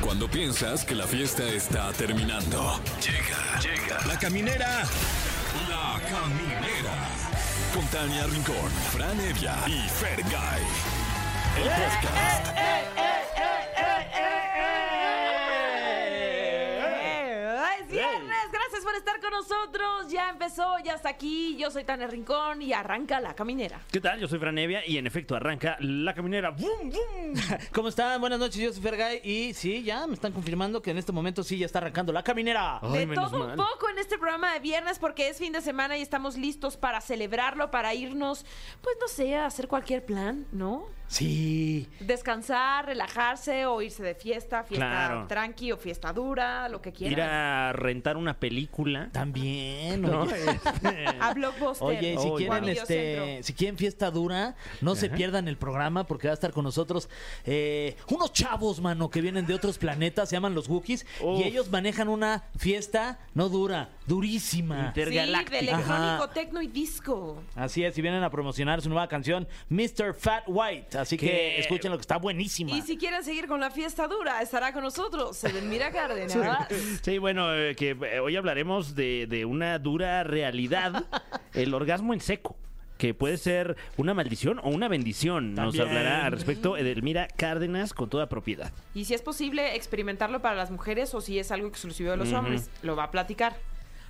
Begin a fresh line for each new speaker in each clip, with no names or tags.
Cuando piensas que la fiesta está terminando. Llega, llega. La caminera. La caminera. Con Tania Rincón, Fran Evia y Fergay. El podcast.
Eh,
¡Ay, es viernes! Gracias por estar con nosotros. Ya empezó, ya está aquí. Yo soy Tania Rincón y arranca la caminera.
¿Qué tal? Yo soy Franevia y en efecto arranca la caminera. ¡Bum, bum!
¿Cómo están? Buenas noches, yo soy Fergay y sí, ya me están confirmando que en este momento sí ya está arrancando la caminera.
Ay,
de
menos
todo un
mal.
poco en este programa de viernes porque es fin de semana y estamos listos para celebrarlo, para irnos, pues no sé, a hacer cualquier plan, ¿no?
Sí.
Descansar, relajarse o irse de fiesta, fiesta
Claro.
tranqui o fiesta dura, lo que
Ir
quieran.
a rentar una película.
También,
¿no? Oh,
oye.
A Blockbuster.
Oye, y si
o a
quieren
Videocentro.
este, si quieren fiesta dura, no se pierdan el programa porque va a estar con nosotros eh, unos chavos, mano, que vienen de otros planetas, se llaman los Wookiees,
Uf.
y ellos manejan una fiesta no dura, durísima.
Inter-
Sí, de
Intergaláctica.
electrónico,
Ajá.
tecno y disco.
Así es, y vienen a promocionar su nueva canción, Mr. Fat White. Así
¿Qué?
que escuchen lo que está buenísima.
Y si quieren seguir con la fiesta dura, estará con nosotros Edelmira Cárdenas.
Sí, bueno, eh, que eh, hoy hablaremos de, de una dura realidad, el orgasmo en seco, que puede ser una maldición o una bendición.
También.
Nos hablará al respecto Edelmira Cárdenas con toda propiedad.
Y si es posible experimentarlo para las mujeres o si es algo exclusivo de los hombres, lo va a platicar.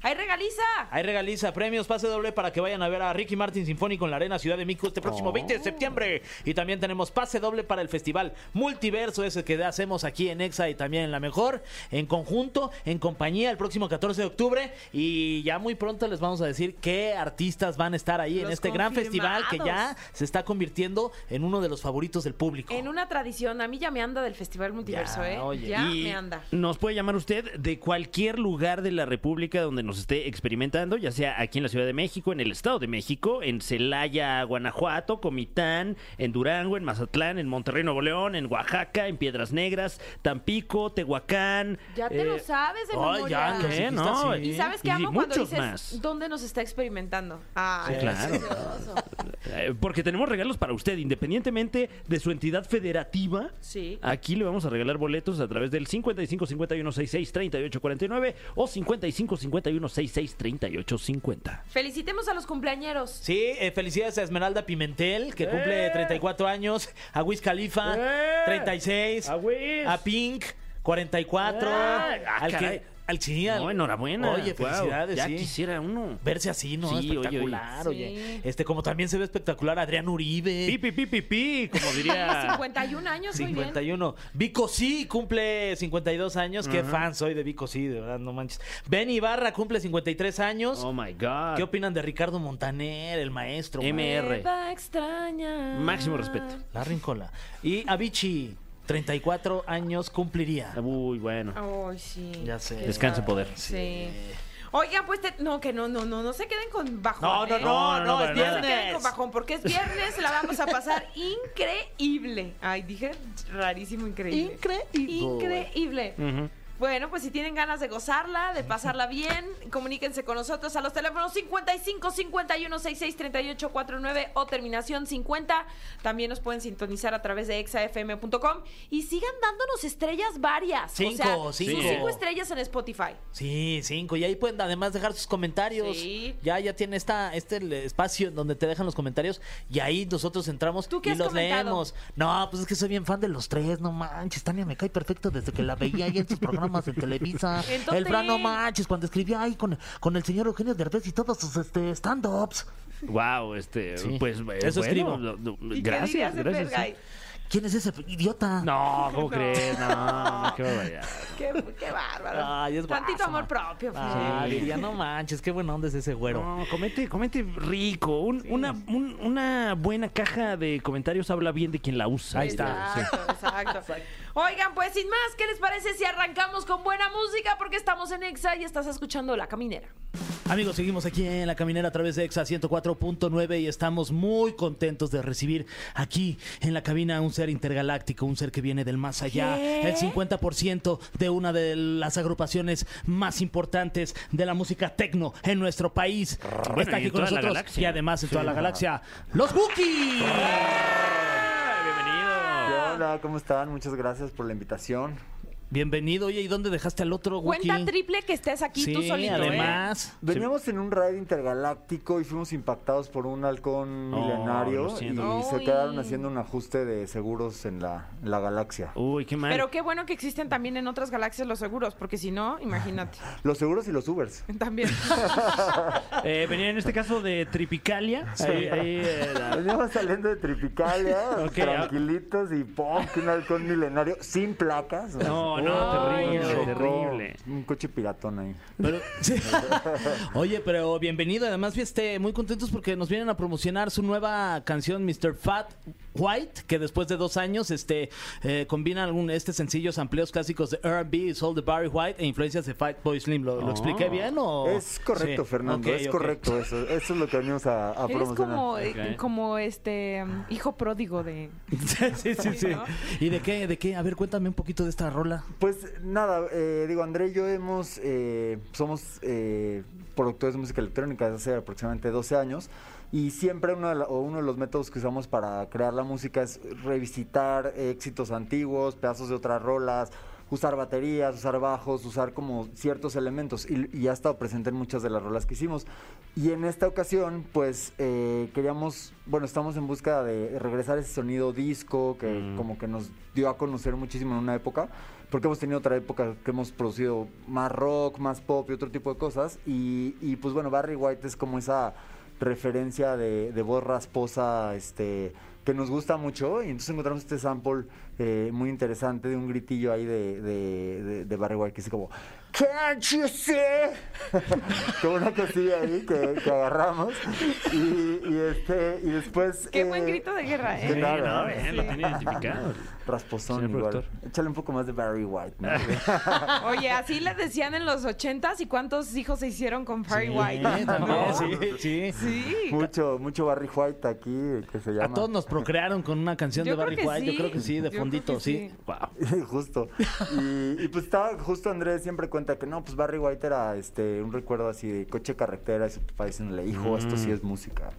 ¡Ay, regaliza!
Ahí regaliza premios, pase doble para que vayan a ver a Ricky Martin Sinfónico en la Arena Ciudad de México este próximo
Oh.
20 de septiembre. Y también tenemos pase doble para el festival Multiverso, ese que hacemos aquí en EXA y también en La Mejor, en conjunto, en compañía, el próximo 14 de octubre. Y ya muy pronto les vamos a decir qué artistas van a estar ahí en
Los
este gran festival que
confirmados.
ya se está convirtiendo en uno de los favoritos del público.
En una tradición, a mí ya me anda del Festival Multiverso,
Ya,
¿eh?
oye.
Ya
Y
me anda.
Nos puede llamar usted de cualquier lugar de la República donde nos esté experimentando, ya sea aquí en la Ciudad de México, en el Estado de México, en Celaya, Guanajuato, Comitán, en Durango, en Mazatlán, en Monterrey, Nuevo León, en Oaxaca, en Piedras Negras, Tampico, Tehuacán.
Ya te
eh,
lo sabes de
ay,
memoria.
ya,
¿Qué?
sí,
No,
sí.
Y sabes que
y
amo cuando
muchos
dices
más.
dónde nos está experimentando. Ah,
Sí, claro. Eh, Porque tenemos regalos para usted, independientemente de su entidad federativa.
Sí.
Aquí le vamos a regalar boletos a través del 55 51 66 38 49 o 55 51 66 38 50.
Felicitemos a los cumpleañeros.
Sí, eh, felicidades a Esmeralda Pimentel, que
¡Eh!
cumple 34 años, a Wiz Khalifa,
¡Eh!
36,
A Wiz.
a Pink, 44,
¡Ah! Ah,
al
caray.
que, al sí, al-
No, enhorabuena.
Oye,
Guau,
felicidades,
Ya
sí.
quisiera uno.
Verse así, ¿no?
Sí, oye,
espectacular,
oye.
oye.
Sí.
Este, como también se ve espectacular Adrián Uribe.
Pi, pi, pi, pi, pi, como diría.
51 años, muy bien.
51. Vico sí cumple 52 años. Qué fan soy de Vico sí, de verdad, no manches. Ben Ibarra cumple 53 años.
Oh my God.
¿Qué opinan de Ricardo Montaner, el maestro?
M.
Te va a extrañar.
Máximo respeto.
La Rincola. Y Avicii, 34 años cumpliría.
Uy, bueno.
Ay, sí.
Ya sé.
Qué
Descanse en
padre.
poder.
Sí. Oigan, pues, te- no, que no, no, no, no se queden con bajón.
No, no,
¿eh?
no,
No, no,
no,
no,
es
para nada.
No se queden con
viernes.
bajón, porque es viernes, la vamos a pasar increíble. Ay, dije rarísimo, increíble.
Increíble.
Increíble.
Ujú.
Bueno, pues si tienen ganas de gozarla, de pasarla bien, comuníquense con nosotros a los teléfonos 55 51 66 38 49 o terminación 50. También nos pueden sintonizar a través de exafm.com y sigan dándonos estrellas varias. o sea,
Cinco,
sus
cinco.
cinco estrellas en Spotify.
Sí, cinco. Y ahí pueden además dejar sus comentarios.
Sí.
Ya, ya tiene esta, este el espacio en donde te dejan los comentarios. Y ahí nosotros entramos
¿Tú qué
y
has
los
comentado?
leemos. No, pues es que soy bien fan de los tres, no manches. Tania me cae perfecto desde que la veía ahí en sus programas en Televisa.
Entonces-
El Fran, no manches, cuando escribía ahí con, con el señor Eugenio Derbez y todos sus este, stand-ups.
Wow, este.
Sí.
Pues eh,
Eso escribo.
lo- lo-
Y que
gracias,
digas,
gracias.
Fergay,
sí.
¿Quién es ese idiota?
No,
No.
¿cómo crees? No, qué barbaridad.
Qué, qué bárbaro.
Ay, es
Tantito
guasa,
amor
man.
propio.
Ah,
Fergay.
diría, no manches, qué buena onda es ese güero.
No, comente, comente rico. Un- una, un- una buena caja de comentarios habla bien de quien la usa.
Ahí está, sí.
Exacto, exacto. Oigan, pues sin más, ¿qué les parece si arrancamos con buena música? Porque estamos en Exa y estás escuchando La Caminera.
Amigos, seguimos aquí en la caminera a través de EXA 104.9 y estamos muy contentos de recibir aquí en la cabina a un ser intergaláctico, un ser que viene del más allá, el 50% de una de las agrupaciones más importantes de la música tecno en nuestro país.
Bueno,
Está
y en
aquí con
toda la
nosotros
galaxia.
y además en toda
Sí.
la galaxia, los Bookies.
Bienvenido.
Hola, ¿cómo están? Muchas gracias por la invitación.
Bienvenido. Oye, ¿y dónde dejaste al otro, Wookie?
Cuenta triple que estés aquí
Sí,
tú solito, ¿eh?
además.
Veníamos en un raid intergaláctico y fuimos impactados por un halcón
Oh,
milenario
lo
y
siento.
se
Uy.
quedaron haciendo un ajuste de seguros en la, en la galaxia.
Uy, qué mal.
Pero qué bueno que existen también en otras galaxias los seguros, porque si no, imagínate.
Los seguros y los Ubers.
También.
Eh, venía en este caso de Tripicalia. Ahí- ahí, eh, la-
Veníamos saliendo de Tripicalia,
Ok, ah.
tranquilitos y ¡pum! que Un halcón milenario sin placas.
No, no,
Ay,
terrible,
nos chocó.
terrible.
Un coche piratón ahí.
Pero- sí. Oye, pero bienvenido. Además, este, muy contentos porque nos vienen a promocionar su nueva canción, Mr. Fat White, que después de dos años este, eh, combina algún, este sencillos amplios clásicos de R&B, Soul de Barry White e influencias de Fat Boy Slim. ¿Lo, lo expliqué bien
Oh,
o...?
Ah. Es correcto,
Sí.
Fernando,
Ok,
es
ok.
correcto eso. Eso es lo que venimos a, a
Eres
promocionar.
como, eh,
Ok.
como este um, hijo pródigo de.
sí, sí, sí.
¿no?
¿Y de qué, de qué? A ver, cuéntame un poquito de esta rola.
Pues nada, eh, digo, André y yo hemos, eh, somos eh, productores de música electrónica desde hace aproximadamente 12 años y siempre uno de, la- o uno de los métodos que usamos para crear la música es revisitar éxitos antiguos, pedazos de otras rolas, usar baterías, usar bajos, usar como ciertos elementos y, y ha estado presente en muchas de las rolas que hicimos. Y en esta ocasión, pues eh, queríamos, bueno, estamos en busca de regresar ese sonido disco que como que nos dio a conocer muchísimo en una época, porque hemos tenido otra época que hemos producido más rock, más pop y otro tipo de cosas. Y, y, pues bueno, Barry White es como esa referencia de, de voz rasposa, este que nos gusta mucho y entonces encontramos este sample eh, muy interesante de un gritillo ahí de, de, de- de Barry White que es como Can't you see? como una cosilla ahí que, que agarramos y, y este y después
Qué
eh,
buen grito de guerra,
Sí,
¿eh?
claro,
no,
¿eh?
bien, lo
Sí.
tenía identificado.
rasposón
Señor
igual.
productor.
échale un poco más de Barry White ¿no?
Oye, así les decían en los ochentas y cuántos hijos se hicieron con Barry White.
Sí, también,
¿no?
sí, sí.
Sí.
mucho mucho Barry White aquí que se llama
A todos nos procrearon con una canción
Yo
de Barry
creo que
White. Yo
sí.
creo que sí, de
Yo creo
fondito,
que
sí.
sí.
Wow.
justo. Y, y pues estaba, justo Andrés siempre cuenta que no, pues Barry White era este un recuerdo así de coche carretera y su papá diciéndole,
Mm.
hijo, esto sí es música.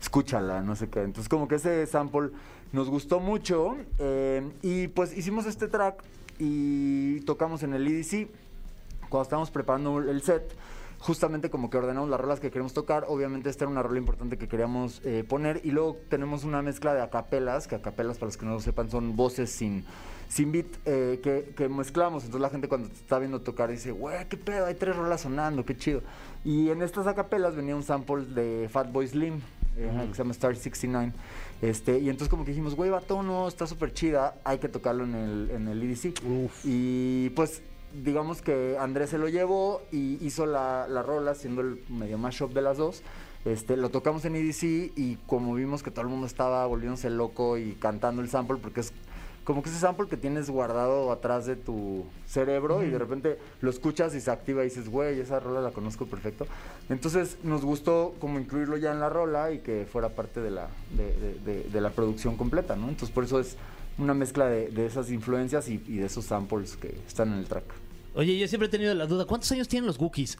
Escúchala, no sé qué. Entonces, como que ese sample nos gustó mucho. eh, y pues hicimos este track y tocamos en el E EDC. Cuando estábamos preparando el set, justamente como que ordenamos las rolas que queremos tocar. Obviamente esta era una rola importante que queríamos eh, poner. Y luego tenemos una mezcla de acapelas, que acapelas para los que no lo sepan son voces sin, sin beat eh, que, que mezclamos. Entonces la gente cuando te está viendo tocar dice, güey, qué pedo, hay tres rolas sonando, qué chido. Y en estas acapelas venía un sample de Fatboy Slim. eh, Que se llama Star 69. Este, y entonces, como que dijimos, güey, va tono, está súper chida, hay que tocarlo en el, en el EDC. Y pues digamos que Andrés se lo llevó y hizo la, la rola, siendo el medio mashup de las dos. Este, lo tocamos en EDC y como vimos que todo el mundo estaba volviéndose loco y cantando el sample, porque es como que ese sample que tienes guardado atrás de tu cerebro y de repente lo escuchas y se activa y dices, güey, esa rola la conozco perfecto. Entonces nos gustó como incluirlo ya en la rola y que fuera parte de la, de, de- de- de la producción completa, ¿no? Entonces por eso es una mezcla de, de esas influencias y, y de esos samples que están en el track.
Oye, yo siempre he tenido la duda. ¿Cuántos años tienen los Wookiees?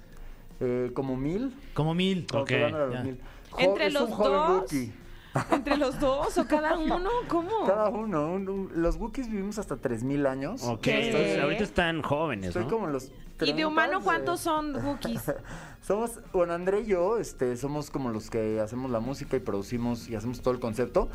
Eh, como mil.
Como mil.
como
Ok,
pegando a los
ya.
mil. Jo-
Entre
es
los
un joven
dos.
Wookiee.
¿Entre los dos o cada uno? ¿Cómo?
Cada uno. un- un- los Wookiees vivimos hasta 3.000 años.
Ok,
¿Qué?
entonces ahorita están jóvenes,
Estoy
¿no?
como en los...
¿Y de humano
30s,
cuántos
eh.
son Wookiees?
Somos, bueno, André y yo este, somos como los que hacemos la música y producimos y hacemos todo el concepto.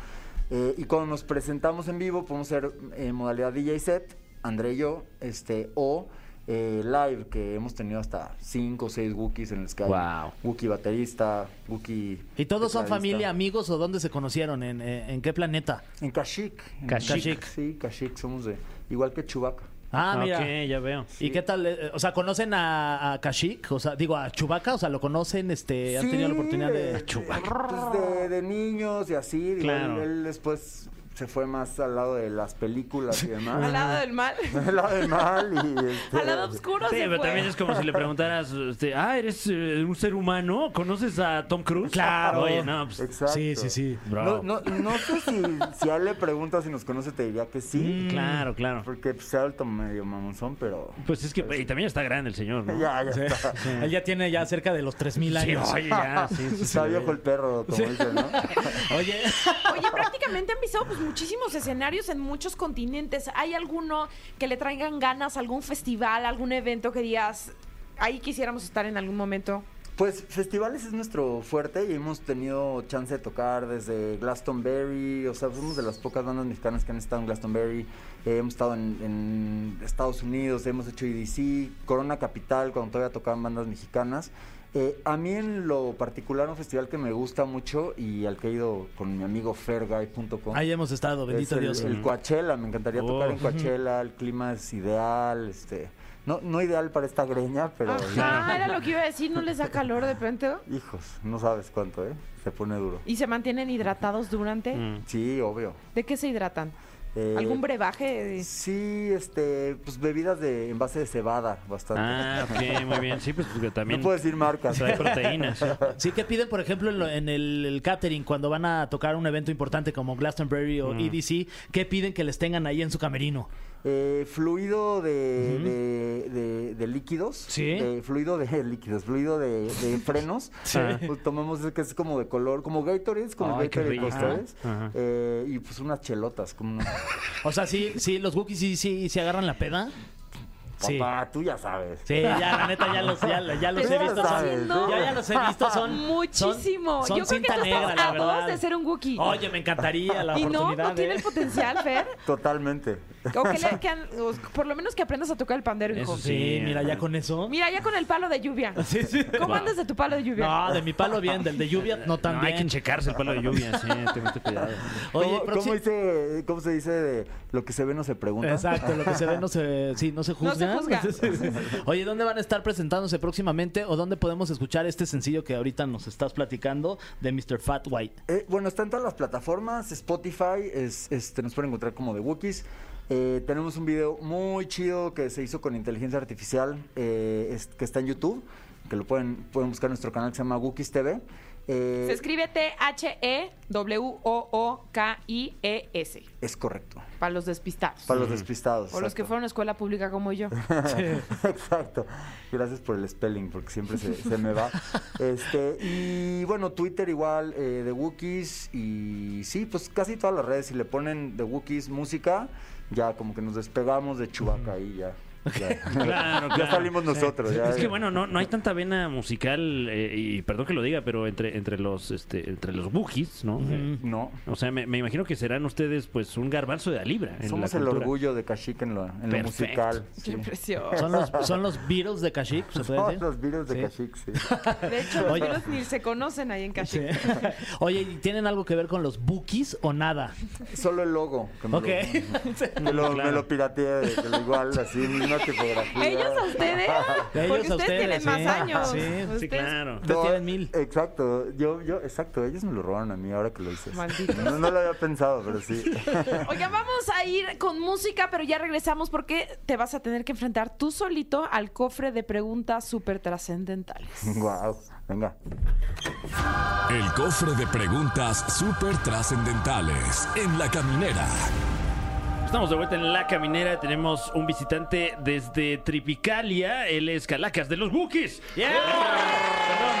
Eh, y cuando nos presentamos en vivo, podemos ser en modalidad DJ set, André y yo, este, o eh, live, que hemos tenido hasta cinco o seis Wookiees en el Sky.
Wow.
Wookiee baterista, Wookiee.
¿Y todos son
tecladista.
familia, amigos o dónde se conocieron? ¿En, eh, en qué planeta?
En Kashik. en
Kashik.
Sí, Kashik, somos de. Igual que Chewbacca.
Ah, mira.
Ok, ya veo.
¿Y qué tal? eh, o sea, ¿conocen a, a Kashyyyk? O sea, digo, a Chewbacca, o sea, ¿lo conocen? Este, ¿Han tenido la oportunidad de...?
Chewbacca. de, de niños y así. digo,
Claro.
él, él después se fue más al lado de las películas y demás.
Al lado del mal.
Al lado del mal y este,
Al lado oscuro
Sí,
se
pero
fue.
también es como si le preguntaras, este, ah, ¿eres eh, un ser humano? ¿Conoces a Tom Cruise? Claro. Oye, no, pues,
Exacto.
Sí, sí, sí.
bravo.
No, no, no sé si, si a él le preguntas si nos conoce, te diría que
Mm,
sí.
Mm, Claro, claro.
Porque pues, se ha vuelto medio mamonzón, pero.
Pues es que, y también está grande el señor, ¿no?
Ya, ya está.
Él ya tiene ya cerca de los 3.000
Sí,
años.
oye, ya, sí, sí, sí.
Está viejo el perro, como dicen, ¿no?
Oye,
Oye, prácticamente han pisado pues, muchísimos escenarios en muchos continentes. ¿Hay alguno que le traigan ganas, algún festival, algún evento que digas, ahí quisiéramos estar en algún momento?
Pues festivales es nuestro fuerte y hemos tenido chance de tocar desde Glastonbury, o sea, somos de las pocas bandas mexicanas que han estado en Glastonbury, eh, hemos estado en, en Estados Unidos, hemos hecho EDC, Corona Capital, cuando todavía tocaban bandas mexicanas. Eh, a mí en lo particular un festival que me gusta mucho y al que he ido con mi amigo ferguy.com.
Ahí hemos estado,
es
bendito
el,
Dios.
el Coachella, me encantaría
Oh.
tocar en Coachella, el clima es ideal, este, no, no ideal para esta greña, pero...
Ajá, era lo que iba a decir, ¿no les da calor de pronto?
Hijos, no sabes cuánto, ¿eh? Se pone duro.
¿Y se mantienen hidratados durante?
Mm.
Sí, obvio.
¿De qué se hidratan?
Eh,
¿Algún brebaje?
Sí, este, pues bebidas de en base de cebada, bastante.
Ah, ok, muy bien. Sí, pues porque también
no puedo decir marcas.
trae proteínas.
Sí, que piden, por ejemplo, en, lo- en el, el catering, cuando van a tocar un evento importante como Glastonbury o EDC, ¿qué piden que les tengan ahí en su camerino?
Eh, fluido de, de- de- de líquidos.
Sí.
De- fluido de líquidos, fluido de, de frenos. Pues tomamos es que es como de color, como Gatorade, es como
Ay, qué
Gatorade
rico.
costales.
Ajá.
Eh, y pues unas chelotas, como una...
O sea, sí, sí, los Wookiees sí, sí, sí agarran la peda. Sí.
Papá, tú ya sabes.
Sí, ya, la neta, ya los, ya, ya los
Pero
he
ya
visto.
lo
Son,
sabes, ¿no?
ya, ya los he visto, son.
Muchísimo.
Son, son
Yo creo que
cinta
tú estás
negra,
a
la
dos
verdad.
de ser un Wookiee.
Oye, me encantaría la
y no,
oportunidad.
no tiene
¿eh?
el potencial, Fer.
Totalmente.
O que le- que an- o por lo menos que aprendas a tocar el pandero, hijo.
Eso
Sí,
Sí.
mira, ya con eso.
Mira, ya con el palo de lluvia.
Sí, sí.
¿Cómo andas de tu palo de lluvia?
No, de mi palo bien, del de lluvia no tan
No, hay
bien.
que checarse el palo de lluvia, sí, ten mucho cuidado.
Oye,
¿Cómo,
próximo-
cómo dice- cómo se dice de lo que se ve no se pregunta?
Exacto, lo que se ve no se, sí, no se
No se juzga.
juzga. Oye, ¿dónde van a estar presentándose próximamente o dónde podemos escuchar este sencillo que ahorita nos estás platicando de Mr. Fat White?
Eh, bueno, está en todas las plataformas, Spotify, es, este, nos pueden encontrar como The Wookiees. Eh, tenemos un video muy chido que se hizo con inteligencia artificial, eh, es- que está en YouTube, que lo pueden, pueden buscar en nuestro canal que se llama Wookiees TV. Eh,
Se escribe E T-H-E-W-O-O-K-I-E-S.
es correcto,
E Para los despistados.
para los despistados.
o los que
exacto.
fueron a escuela pública como yo.
Exacto. Gracias por el spelling, porque siempre se, se me va. Este, y bueno, Twitter igual, eh, The Wookiees, y sí, pues casi todas las redes, si le ponen The Wookiees música, ya como que nos despegamos de Chubaca y ya. Ya,
Claro,
Ya
claro.
salimos nosotros. ya.
Es que bueno, no, no hay tanta vena musical, eh, y perdón que lo diga, pero entre, entre los este, entre los boogies, ¿no? Eh,
No.
o sea, me, me imagino que serán ustedes pues un garbanzo de a libra. en la
Somos el
cultura.
orgullo de Cachique en lo, en lo
Perfecto.
musical.
Qué
sí.
precioso.
¿Son los, son los Beatles de Kashik? ¿Se puede
Todos
decir?
los videos de
Sí.
Cachique, sí.
De hecho, los
Oye.
niños ni se conocen ahí en
Sí.
Caché.
Oye, ¿y ¿tienen algo que ver con los bookies o nada?
Solo el logo. Que me
Ok.
Lo, me lo, me lo pirateé, de- de- igual, así, misma tipografía.
Ellos a ustedes.
De
Porque
ellos a
ustedes tienen
ustedes,
más
sí.
años.
Sí, sí,
Sí,
Ustedes-
claro.
Ustedes tienen mil.
Exacto, yo, yo, exacto, ellos me lo robaron a mí ahora que lo dices.
Malditos.
No, no lo había pensado, pero sí.
Oigan, vamos a ir con música, pero ya regresamos porque te vas a tener que enfrentar tú solito al cofre de preguntas súper trascendentales.
wow, venga.
El cofre de preguntas súper trascendentales en la caminera.
Estamos de vuelta en La Caminera, tenemos un visitante desde Tripicalia, él es Calacas de los Wookiees. Perdón,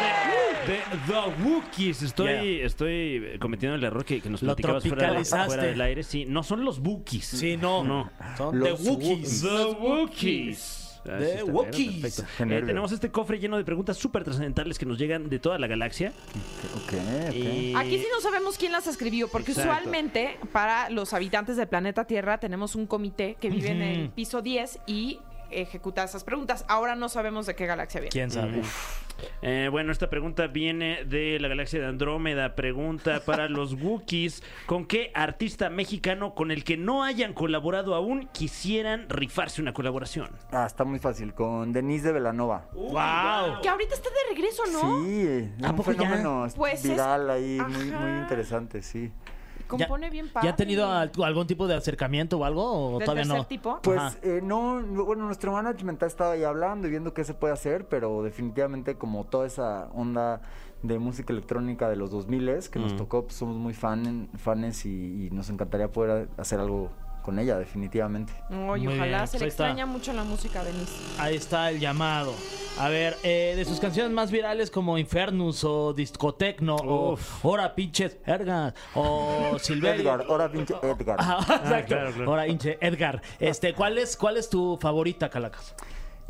de, de The Wookiees. Estoy, estoy cometiendo el error que, que nos
Lo
platicabas fuera, de-
tropicalizaste.
fuera del aire. Sí, no son los Wookiees.
Sí, no.
No. Ah,
Son
Los
the Wookiees.
The Wookiees. Ah, sí,
The
está bien,
Wookiees.
perfecto.
Qué
Eh,
nervio.
tenemos este cofre lleno de preguntas súper trascendentales que nos llegan de toda la galaxia. Eh,
Ok,
Y-
Aquí sí no sabemos quién las escribió, porque
Exacto.
usualmente para los habitantes del planeta Tierra tenemos un comité que vive en el piso 10 y ejecuta esas preguntas. Ahora no sabemos de qué galaxia viene.
¿Quién sabe?
Eh, bueno, esta pregunta viene de la galaxia de Andrómeda. Pregunta para los Wookiees: ¿Con qué artista mexicano con el que no hayan colaborado aún quisieran rifarse una colaboración?
Ah, está muy fácil, con Denise de Velanova.
¡Wow!
Que ahorita está de regreso, ¿no?
Sí,
¿A
un
poco ya?
fenómeno es
Pues es-
viral ahí, muy,
Ajá.
muy interesante, sí.
Compone bien padre.
¿Ya han tenido al- algún tipo de acercamiento o algo? ¿O
¿Del
todavía no?
tercer tipo?
Pues
Ajá.
eh, no, no, bueno, nuestro management ha estado ahí hablando y viendo qué se puede hacer, pero definitivamente como toda esa onda de música electrónica de
Mm.
los 2000 que nos tocó, pues somos muy fan, fanes y, y nos encantaría poder a- hacer algo con ella, definitivamente.
Oye,
Muy
ojalá
bien,
se
pues
le
ahí está.
extraña mucho la música a Denise.
Ahí está el llamado. A ver, eh, de sus canciones más virales como Infernus o Discotecno o
Uf.
Hora Pinches Ergas o Silverio.
Edgar, ahora pinche Edgar.
Ajá, exacto.
claro, claro.
Hora Pinche Edgar. Este, ¿cuál es, ¿Cuál es tu favorita, Calacas?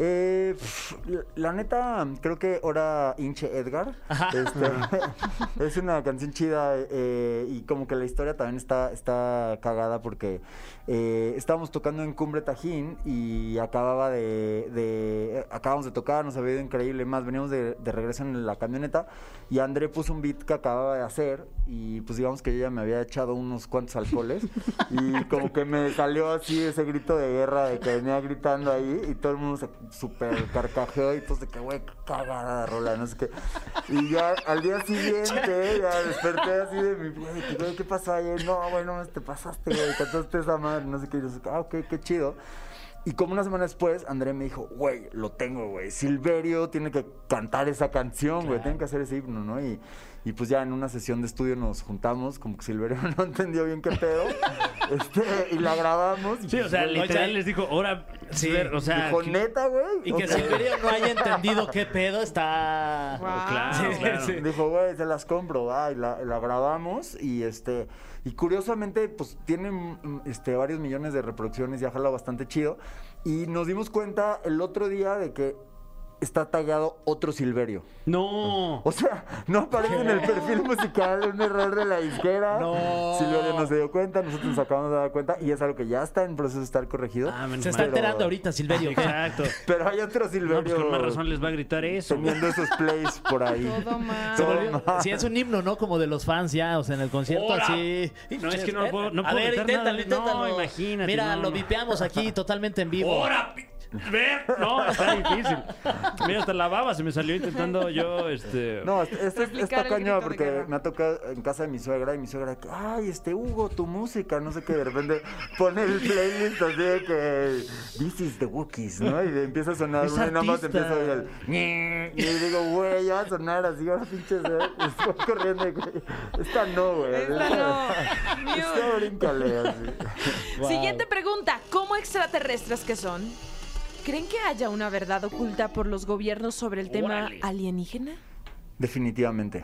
Eh, pf, la- la neta, creo que ahora hinche Edgar. Eh, este, es una canción chida eh, y como que la historia también está, está cagada porque eh, estábamos tocando en Cumbre Tajín y acababa de, de- acabamos de tocar, nos había ido increíble más, veníamos de, de regreso en la camioneta y André puso un beat que acababa de hacer y pues digamos que yo ya me había echado unos cuantos alcoholes y como que me salió así ese grito de guerra de que venía gritando ahí y todo el mundo se super carcajeó y pues de que güey qué cagada de rola no sé qué y ya al día siguiente ya desperté así de mi güey qué- güey, qué pasó ayer no güey no te pasaste güey cantaste esa madre no sé qué y yo ah ok qué chido y como una semana después, André me dijo, güey, lo tengo, güey. Silverio tiene que cantar esa canción, güey. Tiene que hacer ese himno, ¿no? Y, y pues ya en una sesión de estudio nos juntamos, como que Silverio no entendió bien qué pedo. este, y la grabamos. y
Sí, o
pues,
sea,
güey,
literal les dijo, ahora,
Sí,
ver, o sea,
Dijo,
que-
neta, güey.
Y
O
que
sea,
Silverio no haya entendido qué pedo está.
Guau.
claro,
Sí,
claro.
Ah, sí.
Dijo, güey, se las compro, va, y la, la grabamos y este y curiosamente pues tiene mm, este varios millones de reproducciones y ha jalado bastante chido y nos dimos cuenta el otro día de que está tallado otro Silverio.
No.
O sea, no aparece en el perfil musical un error de la disquera.
No.
Silverio no se dio cuenta, nosotros nos acabamos de dar cuenta y es algo que ya está en proceso de estar corregido.
Ah, menos
Se está
mal.
enterando ahorita, Silverio.
Exacto.
Pero hay otro
No,
Silverio
pues con más razón les va a gritar eso.
teniendo esos plays por ahí.
Todo mal.
Se
Todo
volvió-
mal.
sí, es un himno, ¿no? Como de los fans ya, o sea, en el concierto
¡Hora!
así.
No, es que no lo puedo- no
A
puedo
ver,
evitar
inténtalo,
nada.
inténtalo.
No, imagínate,
Mira,
no,
lo
no.
vipeamos aquí totalmente en vivo.
¡Hora! pi- Ver, no, está difícil. Mira, hasta la baba se me salió intentando yo, este.
No, este- este- este
Replicar
está
el grito
cañón
de
porque
guerra.
me ha tocado en casa de mi suegra y mi suegra que, ay, este Hugo, tu música, no sé qué, de repente pone el playlist así de que, this is the Wookiees, ¿no? Y empieza a sonar
Es
una y nada más
artista.
empieza a oír el, ñe, y digo, güey, ya va a sonar así, ahora pinches, ¿eh? Y estoy corriendo, y, güey, esta no, güey.
Esta no.
Esta
Dios.
bríncale, así.
Siguiente pregunta. ¿Cómo extraterrestres que son? ¿Creen que haya una verdad oculta por los gobiernos sobre el tema
Órale.
alienígena?
Definitivamente.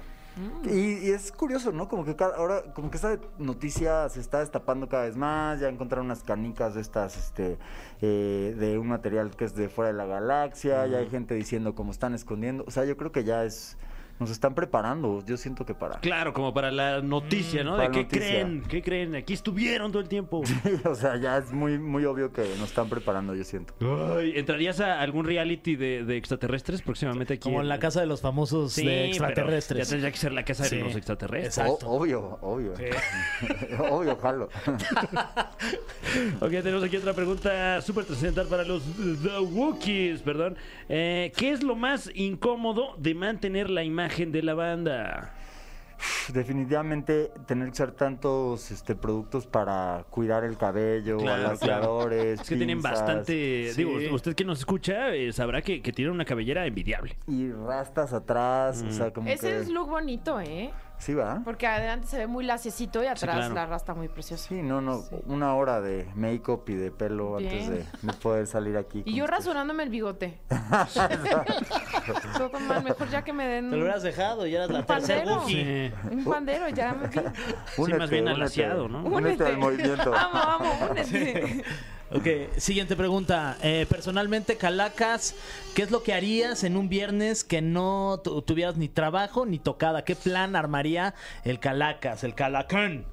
Y, y es curioso, ¿no? Como que cada- ahora, como que esta noticia se está destapando cada vez más. Ya encontraron unas canicas de estas, este, eh, de un material que es de fuera de la galaxia. Ya hay gente diciendo cómo están escondiendo. O sea, yo creo que ya es, nos están preparando. Yo siento que para.
Claro, como para la noticia, ¿no?
Mm, Para
¿De qué
noticia.
creen? ¿Qué creen? Aquí estuvieron todo el tiempo.
o sea, ya es muy, muy obvio que nos están preparando. Yo siento.
Ay, ¿Entrarías a algún reality de, de extraterrestres próximamente aquí?
Como en la casa de los famosos
Sí,
de
pero Ya
extraterrestres.
tendría que ser la casa
Sí.
de los extraterrestres.
O-
Exacto.
obvio, obvio, obvio, jalo.
Ok, tenemos aquí otra pregunta súper trascendental para los The Wookiees, perdón. Eh, ¿Qué es lo más incómodo de mantener la imagen de la banda?
Definitivamente tener que usar tantos este, productos para cuidar el cabello, alaciadores,
Es que tienen
pinzas
bastante.
Sí.
Digo, usted que nos escucha eh, sabrá que, que tienen una cabellera envidiable.
y rastas atrás, o
Mm.
sea, como
Ese
que
es look bonito, ¿eh?
sí va.
Porque adelante se ve muy laciecito y atrás
claro.
la rasta muy preciosa.
Sí, no, no, una hora de make-up y de pelo
Bien.
antes de, de poder salir aquí.
Y
con
yo
ustedes.
rasurándome el bigote. Todo mal, mejor ya que me den
Te lo hubieras dejado y eras la
oh. Un
tercera
pandero.
Wookiee.
Sí.
un pandero, ya me vi.
Únete,
más bien
únete,
alaciado, ¿no?
Únete, al movimiento.
Amo, amo, únete.
Ok, siguiente pregunta. Eh, personalmente, Calacas, ¿qué es lo que harías en un viernes que no tu- tuvieras ni trabajo ni tocada? ¿Qué plan armaría el Calacas, el Calacán?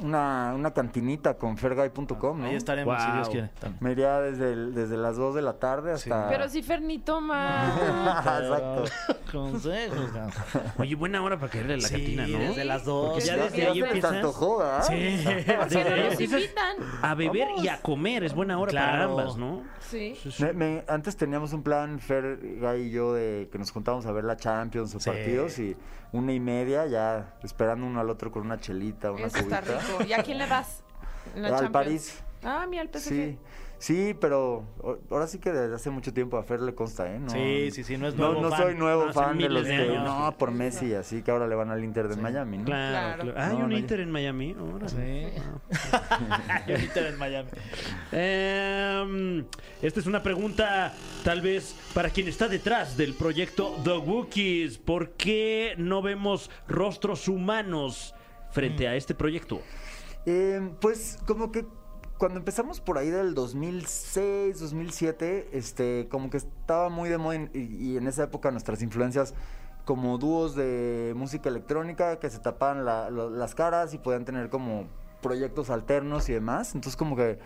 Una, una cantinita con
Ah,
fergay.com, ¿no?
Ahí estaremos si
Wow.
Dios quiere. también.
Me iría desde, el- desde las 2 de la tarde hasta...
Pero si Ferni toma.
Ah, Exacto.
Consejos, cabrón.
Oye, buena hora para caerle a la
Sí,
cantina, ¿no?
desde las dos.
Porque ya
Ya-
desde
ya
ahí
se les
empiezas-
antojó, ¿ah?
Sí.
¿Por qué no nos invitan?
A beber y a comer es buena hora para
Claro.
ambas, ¿no?
Sí.
Me- me- antes teníamos un plan, Fer, Guy y yo, de que nos juntábamos a ver la Champions o
Sí.
partidos y una y media ya esperando uno al otro con una chelita, una
Eso está
cubita.
rico. ¿Y a quién le vas? En la
Al
Champions.
París.
Ah, mira, el PSG.
Sí. Sí, pero o- ahora sí que desde hace mucho tiempo a Fer le consta, ¿eh? No,
Sí, sí, sí, no es
No,
nuevo
no
fan.
soy nuevo
No, hace
fan de
miles
los
de
que...
años.
No, por Messi, así que ahora le van al Inter de Miami, ¿no?
Claro,
Claro.
claro. Ah, Hay
No,
un
no,
Inter en Miami. ahora.
Y ahorita en Miami.
Em, esta es una pregunta tal vez para quien está detrás del proyecto The Wookiees. ¿Por qué no vemos rostros humanos frente
Mm.
a este proyecto?
Eh, pues como que cuando empezamos por ahí del 2006, 2007, este, como que estaba muy de moda en- y, y en esa época nuestras influencias como dúos de música electrónica que se tapaban la- lo- las caras y podían tener como proyectos alternos y demás. Entonces como que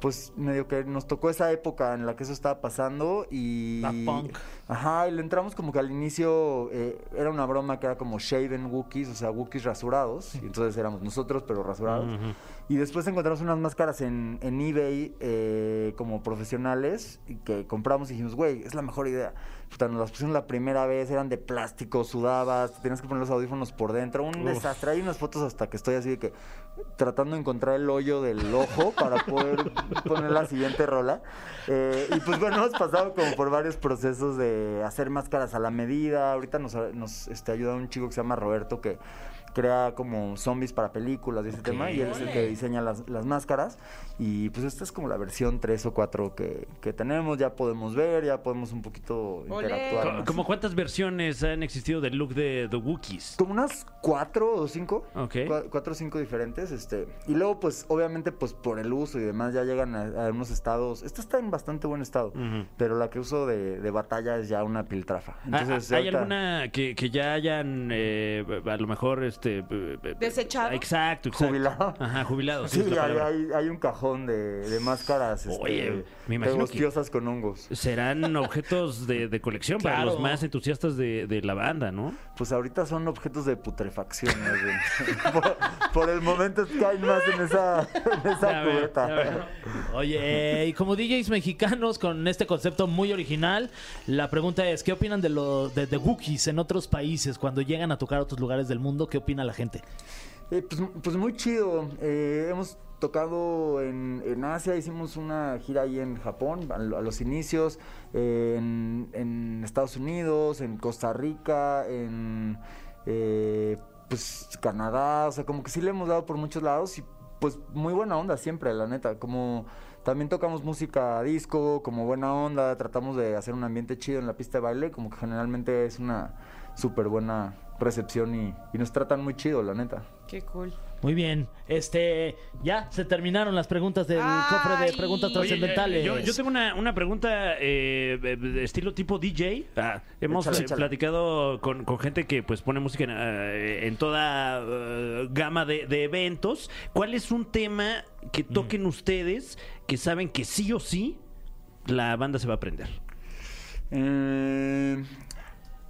pues medio que nos tocó esa época en la que eso estaba pasando y...
Daft Punk.
Ajá, y le entramos como que al inicio eh, era una broma que era como shaven Wookiees, o sea, Wookiees rasurados. Y entonces éramos nosotros, pero rasurados. Y después encontramos unas máscaras en, en eBay eh, como profesionales y que compramos y dijimos, güey, es la mejor idea. Puta, nos las pusimos la primera vez, eran de plástico, sudabas, te tenías que poner los audífonos por dentro. Un desastre. Hay unas fotos hasta que estoy así de que tratando de encontrar el hoyo del ojo para poder poner la siguiente rola. Eh, y pues bueno, hemos pasado como por varios procesos de hacer máscaras a la medida. Ahorita nos, nos este, ayuda un chico que se llama Roberto que crea como zombies para películas y ese tema. Y él es el que diseña las, las máscaras. Y pues esta es como la versión 3 o 4 que, que tenemos. Ya podemos ver, ya podemos un poquito
Olé.
interactuar.
Co-
más.
¿Como cuántas versiones han existido del look de The Wookiees?
Como unas cuatro o cinco.
Ok.
Cua- cuatro o cinco diferentes. Este. Y luego, pues, obviamente, pues por el uso y demás, ya llegan a, a unos estados. Esta está en bastante buen estado. Pero la que uso de, de batalla es ya una piltrafa. Entonces,
Ah, ah, ¿Hay
ahorita-
alguna que, que ya hayan, eh, a lo mejor, este... eh, eh,
¿Desechado?
Exacto, exacto.
Jubilado.
Ajá, jubilado. sí,
Sí,
es la
hay,
palabra.
hay- hay un cajón de, de máscaras. Este,
Oye, me imagino que-
pegostiosas con hongos.
Serán objetos de, de colección para
Claro.
los más entusiastas de, de la banda, ¿no?
Pues ahorita son objetos de putrefacción. más bien. por, por el momento es que hay más en esa, en esa
Ya veo,
cubeta.
ya veo.
Oye, y como DJs mexicanos con este concepto muy original, la pregunta es, ¿qué opinan de los de, de Wookiees en otros países cuando llegan a tocar a otros lugares del mundo? ¿Qué opina la gente?
Eh, pues, pues muy chido. Eh, hemos tocado en, en Asia, hicimos una gira ahí en Japón a, lo- a los inicios, eh, en, en Estados Unidos, en Costa Rica, en eh, pues Canadá, o sea, como que sí le hemos dado por muchos lados y pues muy buena onda siempre, la neta, como también tocamos música disco, como buena onda, tratamos de hacer un ambiente chido en la pista de baile, como que generalmente es una súper buena recepción y, y nos tratan muy chido, la neta.
Qué cool.
Muy bien, este, ya se terminaron las preguntas del
Ay.
cofre de preguntas
Oye,
trascendentales.
eh, Yo, yo tengo una, una pregunta eh, de- de estilo tipo DJ. Ah, hemos
Échale,
eh,
échale.
platicado con, con gente que pues pone música en, eh, en toda eh, gama de, de eventos. ¿Cuál es un tema que toquen ustedes que saben que sí o sí la banda se va a aprender?
Eh,